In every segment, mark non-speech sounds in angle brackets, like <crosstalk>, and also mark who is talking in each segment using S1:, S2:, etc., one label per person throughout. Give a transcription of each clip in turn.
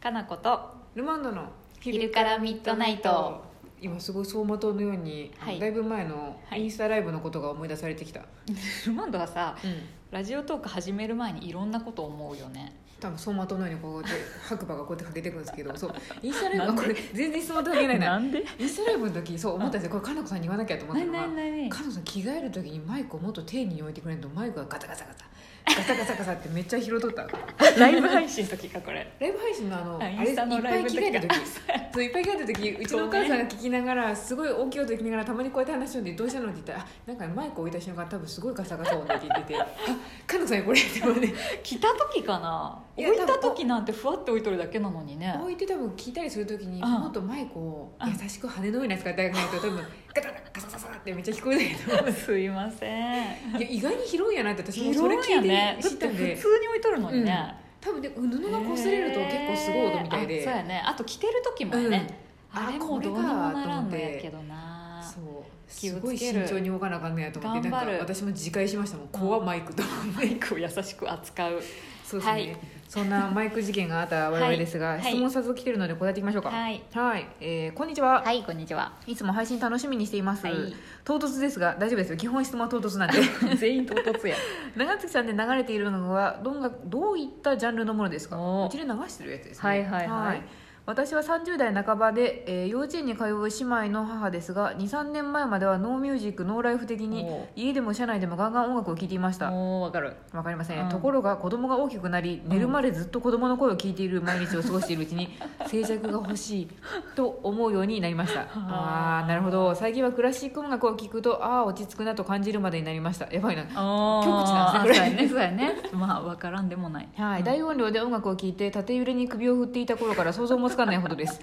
S1: かなこと
S2: ルマンドの
S1: 昼からミッドナイト
S2: 今すごい走馬灯のように、
S1: はい
S2: だいぶ前の
S1: はい
S2: インスタライブのことが思い出されてきた、
S1: ルマンドはさ
S2: うん
S1: ラジオトーク始める前にいろんなこと思うよね
S2: 多分走馬灯のようにこうや
S1: <laughs>
S2: って白馬がこうやってかけていくんですけどそうインスタライブのこれ全然走馬灯関係ないなん
S1: で
S2: インスタライブの時そう思ったんですよこれかなこさんに言わなきゃと思っ
S1: な
S2: た
S1: い
S2: の
S1: な
S2: が
S1: いないない
S2: かなこさん着替える時にマイクをもっと丁寧に置いてくれるとマイクがガタガタガタガタガタガタってめっちゃ拾っとった
S1: ライブ配信の時かこれ
S2: ライブ配信のあの
S1: あ
S2: あれ
S1: インスタのライブの時
S2: いっぱい着替えた時そういっぱい着替えた時
S1: <laughs>
S2: うちのお母さんが聞きながらすごい大きい音聞きながらたまにこうやって話しとんでどうしたのって言ったらあ「なんかマイク置いた瞬間多分すごいガサガサ音って言ってて「あ <laughs> かのさんにこれ」って思って
S1: <laughs> 来た時かない置
S2: や
S1: いた時なんてふわって置いとるだけなのにね
S2: 置いて多分聞いたりする時に
S1: うん
S2: もっとマイクを優しく羽の上に扱ってあげないと多分ガタガタガサガサってめっちゃ聞こえないと思
S1: すいません <laughs>
S2: ういや意外に広いんやなって私も
S1: 広
S2: それ
S1: い
S2: 聞
S1: よ
S2: い
S1: ね
S2: て
S1: だっ
S2: 知った
S1: て
S2: ん
S1: 普
S2: で
S1: 通に置いとるのにね
S2: 多分ね布が擦れると結構すごい音みたい
S1: へーあ
S2: で
S1: そうやねあと着てる時もやね
S2: うん
S1: あれ
S2: あこ
S1: も
S2: れ
S1: ど
S2: か
S1: うにもならんのやけどな
S2: そう
S1: 気を
S2: す
S1: つける
S2: ごい慎重に動かなあかんねやと思っ
S1: 頑
S2: てな
S1: 張
S2: ん
S1: る
S2: か私も自戒しましたもん怖マイクと思って
S1: <laughs> マイクを優しく扱う
S2: そうですね、
S1: はい
S2: そんなマイク事件があった我々ですが、
S1: はいはい
S2: 質問早速来てるので答えていきましょうかは、
S1: はいい
S2: えーこんにちは、、
S1: はいこんにちはい
S2: つも配信楽しみにしています、
S1: はい
S2: 唐突ですが大丈夫ですよ基本質問は唐
S1: <laughs>
S2: 突なんで
S1: 全員唐突や
S2: 長月さんで流れているのはどんなどういったジャンルのものですか
S1: おー
S2: うちで流してるやつですね
S1: はいはいはい
S2: 私は30代半ばで、えー幼稚園に通う姉妹の母ですが23年前まではノーミュージックノーライフ的に
S1: おー
S2: 家でも車内でもガンガン音楽を聴いていました
S1: もうわかる
S2: わかりません、
S1: うん
S2: ところが子供が大きくなり寝るまでずっと子供の声を聞いている毎日を過ごしているうちに
S1: <laughs>
S2: 静寂が欲しいと思うようになり
S1: <laughs>
S2: ましたああーなるほど最近はクラシック音楽を聴くとああ落ち着くなと感じるまでになりましたやばいな
S1: あ
S2: 極地なんですね
S1: そうやねそうやねまあわからんでもない
S2: はい、大音量で音楽を聴いて縦揺れに首を振っていた頃から想像もつかないほ
S1: <laughs>
S2: どです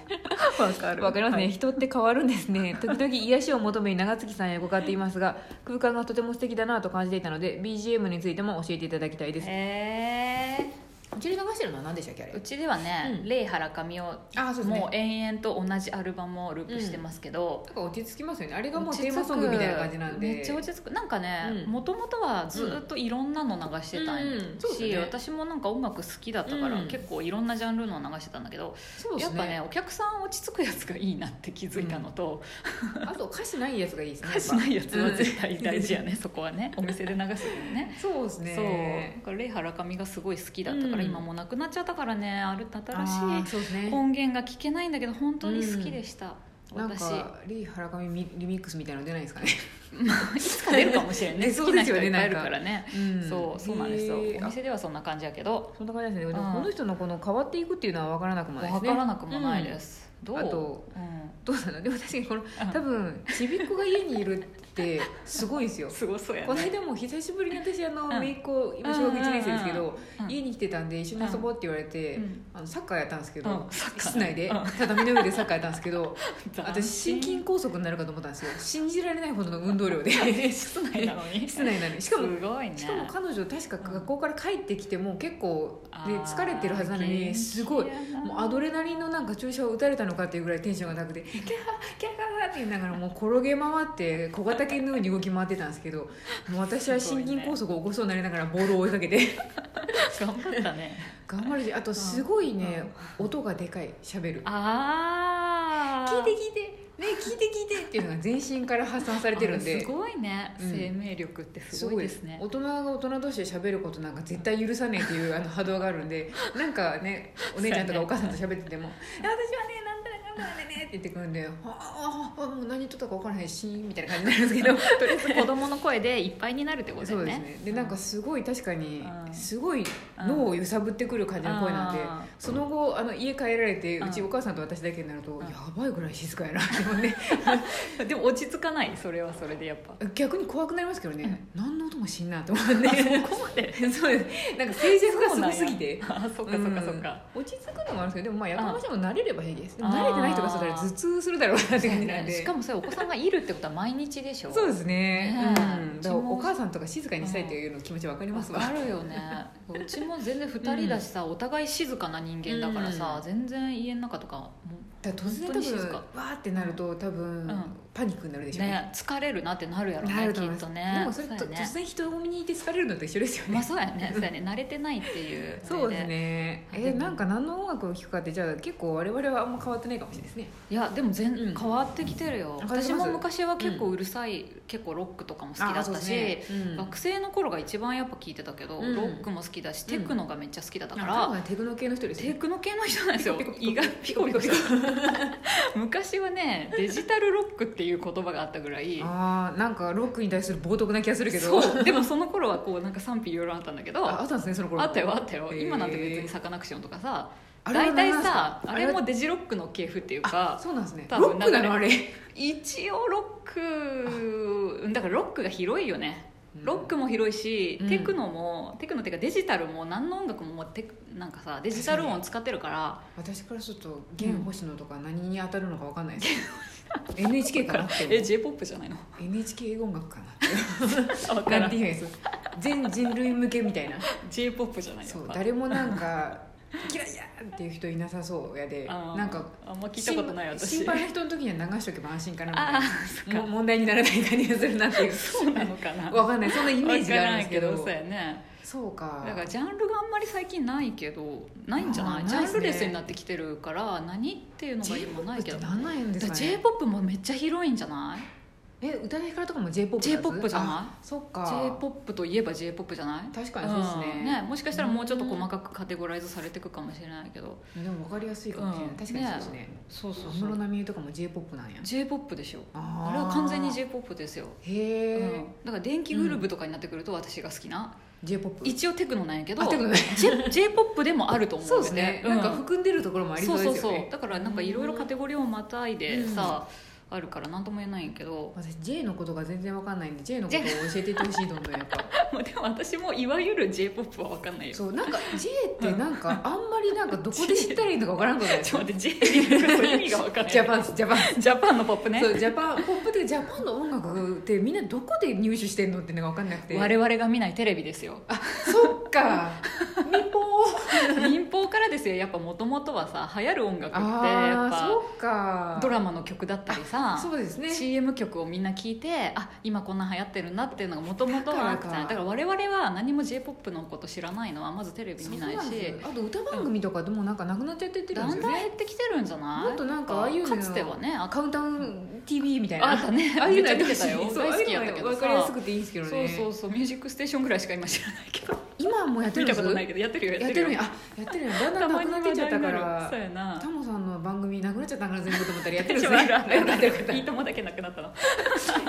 S1: わか
S2: わかります
S1: は
S2: ね、
S1: い
S2: 人って変わるんですね
S1: <laughs>
S2: 時々癒しを求めに長月さんへ伺っていますが空間がとても素敵だなと感じていたので BGM についても教えていただきたいです
S1: へえ
S2: うちで流してるのは何でしたっけあ
S1: うちではね
S2: う
S1: レイ・ハラカミを
S2: ああそうですね
S1: もう延々と同じアルバムをループしてますけど
S2: なんか落ち着きますよねあれがもうテーマソングみたいな感じなんで
S1: めっちゃ落ち着くなんかね
S2: うん
S1: もともとはずっといろんなの流してたん
S2: うん
S1: や
S2: うんそうだ
S1: し
S2: ね
S1: 私もなんか音楽好きだったか
S2: う
S1: ら
S2: ん
S1: 結構いろんなジャンルのを流してたんだけど
S2: そうで
S1: や
S2: す
S1: っ
S2: ね
S1: ぱねお客さん落ち着くやつがいいなって気づいたのと
S2: あと歌詞ないやつがいいですね
S1: 歌詞ないやつは絶
S2: う
S1: 対
S2: ん
S1: 大事やねそこはねお店で流すよりね
S2: そうです
S1: そう
S2: ね
S1: だからレイ・ハラカミがすごい好きだったか
S2: うん
S1: ら今もうなくなっちゃったからねある新
S2: あー
S1: し
S2: そうです
S1: い
S2: ね
S1: 音源が聞けないんだけど本当に好きでした
S2: なん
S1: 私
S2: かリー・ハラカミミリミックスみたいなの出ないですかね、
S1: いつか出るかもしれんね
S2: ね
S1: 好
S2: そ
S1: き
S2: う
S1: な
S2: です
S1: 人
S2: よ
S1: が
S2: ね
S1: いっぱいいる
S2: な
S1: か
S2: んから
S1: ねそうそうなんですよ、
S2: へー
S1: お
S2: あ
S1: 店ではそんな感じやけど
S2: そんな感じなんですねで
S1: うん
S2: もこの人のこの変わっていくっていうのは分からなくもないで
S1: 分
S2: すね
S1: からなくもない
S2: うん
S1: です、どう
S2: あと
S1: う
S2: どうなのでも確かにこの
S1: ん、
S2: 多分ちびっ子が家にいるってすごいんですよ
S1: すご <laughs> そうや
S2: この
S1: ね
S2: 間も久しぶりに私あの
S1: うん
S2: 姪っ子今小学1年生ですけ
S1: うんうん
S2: ど
S1: うん
S2: 家に来てたんで一緒に遊ぼうって言われて
S1: うん
S2: あのサッカーやったんですけ
S1: うん
S2: ど
S1: サッカー
S2: 室内で
S1: うん
S2: 畳の上でサッカーやったんです
S1: <laughs>
S2: けど
S1: 斬
S2: 私
S1: 新
S2: 心筋梗塞になるかと思ったんですよ信じられないほどの運
S1: <laughs>
S2: 動量で <laughs> 室
S1: 室内なのに
S2: 室内なのにしかも
S1: <laughs> すごいね
S2: しかも彼女確か学校から帰ってきても結構ね疲れてるはずなのにすごいもうアド
S1: レ
S2: レナリンのなんか注射を打たれたのかっていうぐらいテンションが高くて「キャーキャーキャー」って言いながらもう転げ回って小型犬のように動き回ってたんですけどもう私は心筋梗塞を起こしそうになりながらボールを追いかけて
S1: 頑張った
S2: <laughs>
S1: ね
S2: 頑張るしあとすごいね、音がでかいしゃべる「
S1: ああ
S2: 聞いて聞いてね聞いて聞いて」っていうのが全身から発散されてるん
S1: あ
S2: で
S1: れすごいね、
S2: うん
S1: 生命力ってすごいですね
S2: 大人が大人同士で喋ることなんか絶対許さねえっていう
S1: <laughs>
S2: あの波動があるんでなんかねお姉ちゃんとかお母さんと喋ってても「いや私はねなんだかんだでね」って言ってくるんで「あああもう何言っとったか分からへんし」みたいな感じになる
S1: <laughs>
S2: んですけど
S1: とりあ
S2: <laughs>
S1: えず子供の声でいっぱいになるってことだ
S2: そう
S1: よ
S2: で
S1: ね
S2: すねでなんかすごい確かに
S1: うん
S2: すごい脳を揺さぶってくる感じの声なんで。
S1: あー
S2: その後あの家帰られて
S1: うん
S2: うちお母さんと私だけになると、
S1: ん
S2: やばいぐらい静かやなって思って
S1: でも落ち着かないそれはそれでやっぱ
S2: 逆に怖くなりますけどね、何の音もしんなと思
S1: <laughs>
S2: って
S1: ここまで
S2: そうですなんか静寂がすごすぎ
S1: <laughs>
S2: て
S1: あそっかそっかそっか、
S2: うん落ち着くのもあるんですけどでもまあやかましいも慣れれば平気ですでも
S1: あー
S2: 慣れてない人がそうだら頭痛するだろうなって感じなんで
S1: しかもそれお子さんがいるってことは毎日でしょ
S2: そうですね
S1: ねえ
S2: うんだからお母さんとか静かにしたいっていうの気持ちわかりますわ
S1: あるよ
S2: <laughs>
S1: ねうちも全然2人だしさ、お互い静かな人間だからさ、
S2: うん
S1: 全然家の中とかも
S2: だから突然
S1: 本
S2: 多
S1: 当に静
S2: 分
S1: か
S2: わーってなると多分
S1: ん
S2: パニックになるでしょうね
S1: ね疲れるなってなるやろ
S2: な
S1: ね
S2: る
S1: き
S2: と思いま
S1: っ
S2: す
S1: とね
S2: でもそれと
S1: うやね
S2: 突然人混みにいて疲れるのと一緒ですよね、 <laughs>
S1: まあそうやねそうやね慣れてないっていう
S2: そうですね
S1: あで
S2: え
S1: も
S2: なんか何の音楽を聴くかってじゃあ結構我々はあんま変わってないかもしれないですね
S1: いやでも全、
S2: うん
S1: 変わってきてるよ
S2: 変わってます
S1: 私も昔は結構うるさい、結構ロックとかも好きだったし、学生の頃が一番やっぱ聞いてたけど、
S2: うん
S1: ロックも好きだし、
S2: うん
S1: テクノがめっちゃ好きだった
S2: だか
S1: からら、
S2: テクノ系の人です
S1: テクノ系の人なんですよ
S2: ピコピコ
S1: 意外
S2: ピコピコピコ
S1: 昔はねデジタルロックっていう言葉があったぐらい
S2: ああなんかロックに対する冒涜な気がするけ
S1: <laughs>
S2: ど
S1: そうでもその頃はこうなんか賛否いろいろあったんだけど
S2: ああ
S1: あ
S2: ったんですねその頃
S1: ったよあったよ
S2: へー
S1: 今なんて別にサカナクションとかさ
S2: あれは
S1: 大体さあ
S2: 何なんですか
S1: れもデジロックの系譜っていう
S2: あ
S1: か
S2: そうなんですね
S1: 多
S2: ロ
S1: 分
S2: ックなのあれ
S1: 一応ロックうんだからロックが広いよねロックも広いし、
S2: うん
S1: テクノもテクノっていうかデジタルも何の音楽ももうテクなんかさデジタル音使ってるから
S2: 私からすると源星野とか何に当たるのかわかんないです NHK かなって <laughs>
S1: え
S2: 思
S1: j p o p じゃないの
S2: う NHK 英語音楽か
S1: 分
S2: な
S1: か
S2: な
S1: ら
S2: ん
S1: ん
S2: て言うんです全人類向けみたいな
S1: j p o p じゃない
S2: そう
S1: やっぱ
S2: 誰もなんか嫌 <laughs> いやっていう人いなさそうやで
S1: あー
S2: なんか
S1: あんま聞いたことない私
S2: 心心配な人の時には流しとけば安心かなみたい
S1: ああ
S2: な
S1: そっか
S2: もう問題にならない感じがするなっていう
S1: そうなのか <laughs> な
S2: わかんないそんなイメージがあるんですけど
S1: わからんそうやね
S2: そうか
S1: だからジャンルがあんまり最近ないけどないんじゃない
S2: あー
S1: ジャンルレ
S2: ないです
S1: ス
S2: ね
S1: になってきてるから何っていうのが
S2: j
S1: 今
S2: p
S1: な
S2: o
S1: い
S2: p
S1: け
S2: っ
S1: ど
S2: て何なんやんですか
S1: j
S2: ね
S1: p o p もめっちゃ広いんじゃない
S2: え歌い方とかも j p o p
S1: j p o p じゃ
S2: い
S1: な
S2: そ
S1: い
S2: っか
S1: j p o p といえば j p o p じゃない
S2: 確かにそうです
S1: ん
S2: ね,、
S1: ねもしかしたらもうちょっと細かくカテゴライズされていくかもしれないけど
S2: でも分かりやすいかもしれない、
S1: うん
S2: 確かにそうですね
S1: そうそう
S2: 安
S1: そ
S2: 室
S1: う
S2: 奈美恵とかも j p o p なんや
S1: j p o p でしょ
S2: あ
S1: あ
S2: ー
S1: れは完全に j p o p ですよ、
S2: へ
S1: う
S2: え、
S1: ん、だから電気グルーブとかになってくると私が好きな、
S2: j p o p
S1: 一応テクノなんやけど
S2: あテクノ
S1: <laughs> J- J−POP でもあると思う
S2: そうですね、
S1: うん
S2: なんか含んでるところもありそ
S1: そうう
S2: です
S1: そ
S2: よ
S1: う
S2: ね
S1: そうだからなんかいろいろカテゴリーをまたいでさ、あるから何とも言えないんやけど <laughs>
S2: 私 J のことが全然わかんないんで J のことを教えていってほしいどんどんやっぱ
S1: もうでも私もいわゆる J−POP は分かんないよ
S2: そうなんか J ってなん
S1: <laughs>
S2: かあんまりなんかどこで知ったらいいのかわからんことない
S1: ちょっと待って J っていう意味が分かんない
S2: <laughs> ジャパンですジャパン
S1: ジャパンのポップね
S2: そうジャパンポップでジャパンの音楽ってみんなどこで入手してんのってのが分かんなくて
S1: 我々が見ないテレビですよ
S2: そ
S1: <laughs>
S2: っか民放
S1: 民放からですよやっぱもともとはさ流行る音楽ってやっ
S2: ああ
S1: ぱ
S2: そっか
S1: ドラマの曲だったりさ
S2: そうですね
S1: CM 曲をみんな聞いてあ今こんな流行ってるなっていうのがもともとはあった
S2: だから
S1: だから我々は何も j p o p のこと知らないのはまずテレビ見ないし
S2: そうなんですあと歌番組とかでもなんかなくなっちゃってってる
S1: だ
S2: ん
S1: ん
S2: で
S1: だん
S2: すよね
S1: 減ってきてるんじゃない
S2: もっとなんかああいうの
S1: かつてはねあ
S2: カウンタウン TV みたいな
S1: あったね
S2: ああいうのやっ
S1: め
S2: て
S1: っちゃ
S2: ほ
S1: 見てた
S2: しい
S1: よ
S2: <laughs> そう
S1: 大好きやったけど
S2: ああいうのは
S1: さ
S2: 分かりやすくていいんですけど
S1: そ
S2: ね
S1: うそうそう「ミュージックステーション」ぐらいしか今知らないけど
S2: 今もやってる
S1: 見
S2: ん
S1: た
S2: です
S1: ことないけどやってるよ
S2: やってるんやあやってるんやだんだ
S1: た
S2: ん
S1: ま
S2: な
S1: に
S2: くなってっちゃったか
S1: 話題になるそう
S2: ら
S1: やな
S2: タモさんの番組なくなっちゃったんから全部と思ったらやってるんで
S1: 一 <laughs> 番
S2: すね
S1: あるある
S2: よかったよかった
S1: いいともだけなくなったの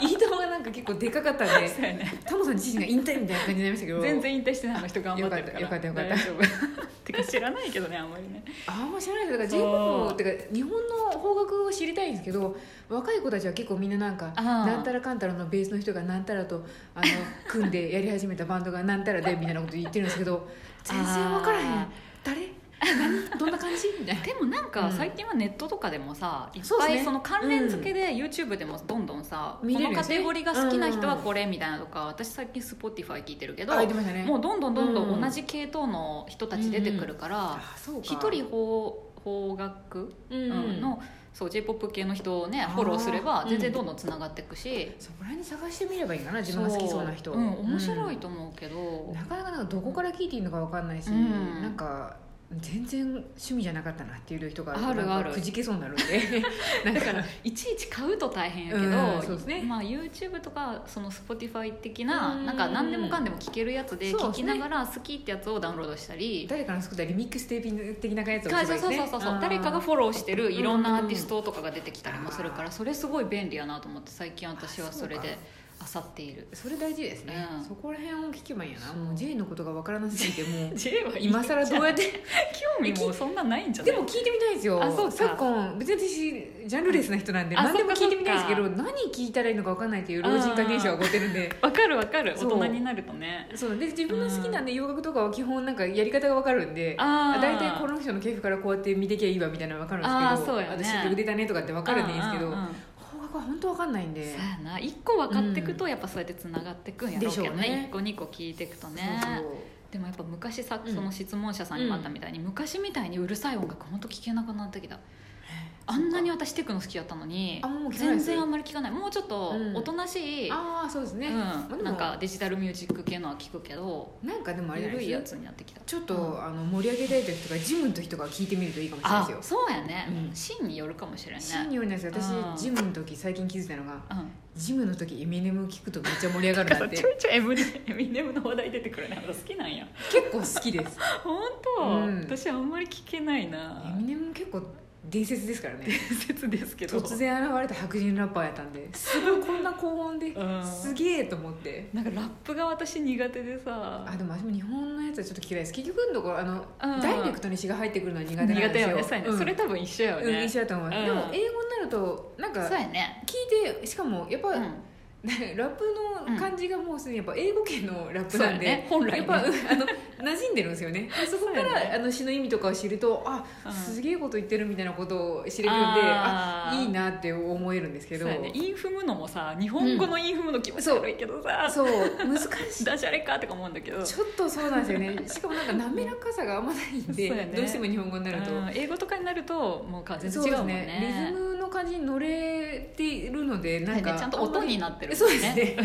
S2: 飯田はなんか結構でかかったんで
S1: そうやね
S2: タモさん自身が引退みたいな感じになりましたけど
S1: 全然引退してないの人頑張ってるから
S2: よかったよかったよ
S1: 大丈夫 <laughs> てか知らないけどねあんまりね
S2: あんま知らないですだから j
S1: そう
S2: p o p ってか日本の方角を知りたいんですけど若い子たちは結構みんななんか
S1: あー
S2: なんたらかんたらのベースの人がなんたらとあの組んでやり始めたバンドがなんたらでみたいなこと言ってるんですけど全然分からへん
S1: あ
S2: 誰何どんな感じみたいな
S1: でもなん
S2: う
S1: か
S2: ん
S1: 最近はネットとかでもさいっ
S2: そう
S1: ぱ
S2: です
S1: い
S2: ね
S1: その関連付けで YouTube でもどんどんさ、
S2: 見
S1: こ
S2: れ
S1: の
S2: るんで
S1: カ
S2: すね
S1: テゴリーが好きな人はこれみたいなとか、私最近 Spotify 聞いてるけど
S2: あ言ってましたね
S1: もうどんどんどんど
S2: うん
S1: ん同じ系統の人たち出てくるから
S2: あそうか
S1: 一、人方方楽、
S2: う
S1: う
S2: んうんん
S1: のそう j p o p 系の人をね
S2: あー
S1: フォローすれば
S2: うん
S1: 全然どんどんつながっていくし、
S2: そこら辺探してみればいいかな自分が好きそうな人
S1: うん、面白い
S2: うん
S1: と思うけど、
S2: なかなかなんかどこから聞いていいのか分かんないし、
S1: うん
S2: なんか全然趣味じゃなかったなっていう人が
S1: あるある
S2: なんかくじけそうになるん
S1: <laughs>
S2: でなん
S1: だからいちいち買うと大変やけど、
S2: うんそうですね
S1: まあ、YouTube とかその Spotify 的な
S2: うん
S1: なんか何でもかんでも聴けるやつで
S2: そう
S1: 聴
S2: です
S1: き
S2: ね
S1: ながら好きってやつをダウンロードしたり。
S2: 誰かの作ったリミックステーピング的なやつを
S1: そうそうそうそうそう誰かが
S2: ォ
S1: フォローしてるいろんなアーティストとかが出てきたりもするからそれすごい便利やなと思って最近私はそれで漁っている
S2: それ大事ですね、
S1: うん
S2: そこら辺を聞けばいいんやな
S1: そう
S2: もう J のことがわからなすぎて
S1: <laughs>
S2: もう
S1: J は
S2: 今更どうやってて
S1: 興味もそんなないんじゃな
S2: で
S1: い
S2: も聞いてみたいですよ
S1: あそうか
S2: 昨今別に私ジャンルレスな人なんで
S1: あ
S2: 何でも
S1: そっか
S2: 聞いてみたいですけ
S1: そ
S2: ど何聞いたらいいのかわかんないっていう老人化現象が起こってるんで
S1: わかるわかる大
S2: そう
S1: 人になるとね
S2: そうで自分の好きな、ね、洋楽とかは基本なんかやり方がわかるんで
S1: あー
S2: 大体この人の系譜からこうやって見てきゃいいわみたいなのわかるんですけど
S1: あーそうよね
S2: 私曲出たねとかってわかるんでいいんですけど
S1: ううんう
S2: 方
S1: ん
S2: 角は本当わかんないんで
S1: そうやな一個分かっていくとやっぱそうやってつながっていくんやろうけ
S2: でし
S1: ど
S2: ょう
S1: ね
S2: ね
S1: 一個二個聞いていくとね
S2: そう
S1: でもやっぱ昔さ
S2: うん
S1: その質問者さんにもあったみたいに、昔みたいにうるさい音楽ほんと聞けなくなってきたあんなに私テクノ好きだったのに
S2: あもう聞かない
S1: 全
S2: です
S1: 然あんまり聞かないもうちょっと
S2: うん
S1: おとなしい、うん
S2: ああそうですね、まあでも
S1: なんかデジタルミュージック系のは聞くけど
S2: なんかでもあれじゃな
S1: 緩
S2: い
S1: いや
S2: です
S1: つになってきた
S2: ちょっと、あの盛り上げたい時とかジムの時とか聞いてみるといいかもしれない
S1: あ
S2: ですよ
S1: そうやね、
S2: うん
S1: シーンによるかもしれない
S2: 真によりなんですよ私、
S1: うん
S2: ジムの時最近気づいたのが
S1: うん
S2: ジムの時エミネム聞くとめっちゃ盛り上がる
S1: だ
S2: な
S1: から
S2: っ
S1: さ <laughs>
S2: て
S1: ちょいちょいエミネエミネムの話題出てくるねあなた好きなんや
S2: 結構好きです
S1: 本当、
S2: うん
S1: 私あんまり聞けない
S2: エ
S1: な
S2: ミネム結構伝説ですからね
S1: 伝説ですけど
S2: 突然現れた白人ラッパーやったんですごいこんな高音で、
S1: うん
S2: すげえと思って
S1: なんかラップが私苦手でさ
S2: あでも私も日本のやつはちょっと嫌いです結局のところあの、
S1: うん
S2: ダイレクトに血が入ってくるのは苦手なんですよ
S1: 苦手よねそうやね、
S2: うん
S1: それ多分一緒やよね、
S2: うん、一緒だと思います、
S1: うん
S2: でも英語になるとなんか
S1: そうやね
S2: 聞いてしかもやっぱ、
S1: うん
S2: ラップの感じがもうすでにやっぱ英語圏のラッ
S1: そ
S2: プ
S1: う
S2: な
S1: や
S2: んで、
S1: ね本来ね
S2: やっぱうんあの馴染んでるんですよねでそこか
S1: <laughs> そう
S2: ら、
S1: やね
S2: あの詩の意味とかを知るとあ、
S1: うん
S2: すげえこと言ってるみたいなことを知れるんで
S1: あ
S2: あ
S1: ー
S2: いいなって思えるんですけ
S1: そ
S2: ど
S1: うやねインフムのもさ日本語のインフムの気持ち悪いけどさ、
S2: そう難しい
S1: ダジャレかとか思うんだけど
S2: ちょっとそうなんですよねしかもなんか滑らかさがあんまないんで、
S1: そうやね
S2: どうしても日本語になると、
S1: うん英語とかになるともう完全に
S2: そう
S1: 違
S2: で
S1: う
S2: す
S1: もんね
S2: ねリズムの感じに乗れているのでなん
S1: そうや
S2: か、
S1: ねちゃんと音になってるも
S2: そ
S1: ん
S2: うですね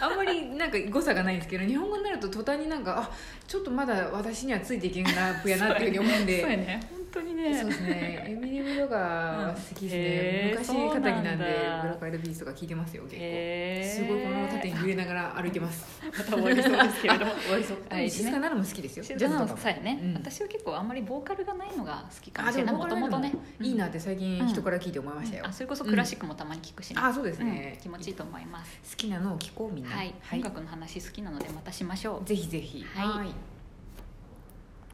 S2: あんまりなんか誤差がないんですけど日本語になると途端になんかあちょっとまだ私にはついていけんラップやなっていうふうに思うん
S1: そう
S2: で
S1: やね本当にね
S2: そうですねエミネムとかは好きですね、
S1: うんへー
S2: 昔肩着なんで
S1: そうなんだ
S2: ブラックアイドピースとか聞いてますよ結構
S1: へー
S2: すごいこの縦に揺れながら歩いてます <laughs>
S1: また終わりそうですけれども
S2: あ終わりそう
S1: はい
S2: 静かなのも好きですよ
S1: 静かなの
S2: ジャズと
S1: さ
S2: かも
S1: やね、
S2: うん
S1: 私は結構あんまりボーカルがないのが好きかも
S2: あ
S1: し
S2: で
S1: れない
S2: も
S1: もともとね
S2: いい
S1: うん
S2: なって最近人から聞いて思いましたよ、
S1: あそれこそクラシックもたまに聞くしね、
S2: あそうですね
S1: うん、気持ちいいと思います
S2: 好きなのを聞こうみんな
S1: はい、音楽の話好きなのでまたしましょう
S2: ぜひぜひ
S1: はい
S2: い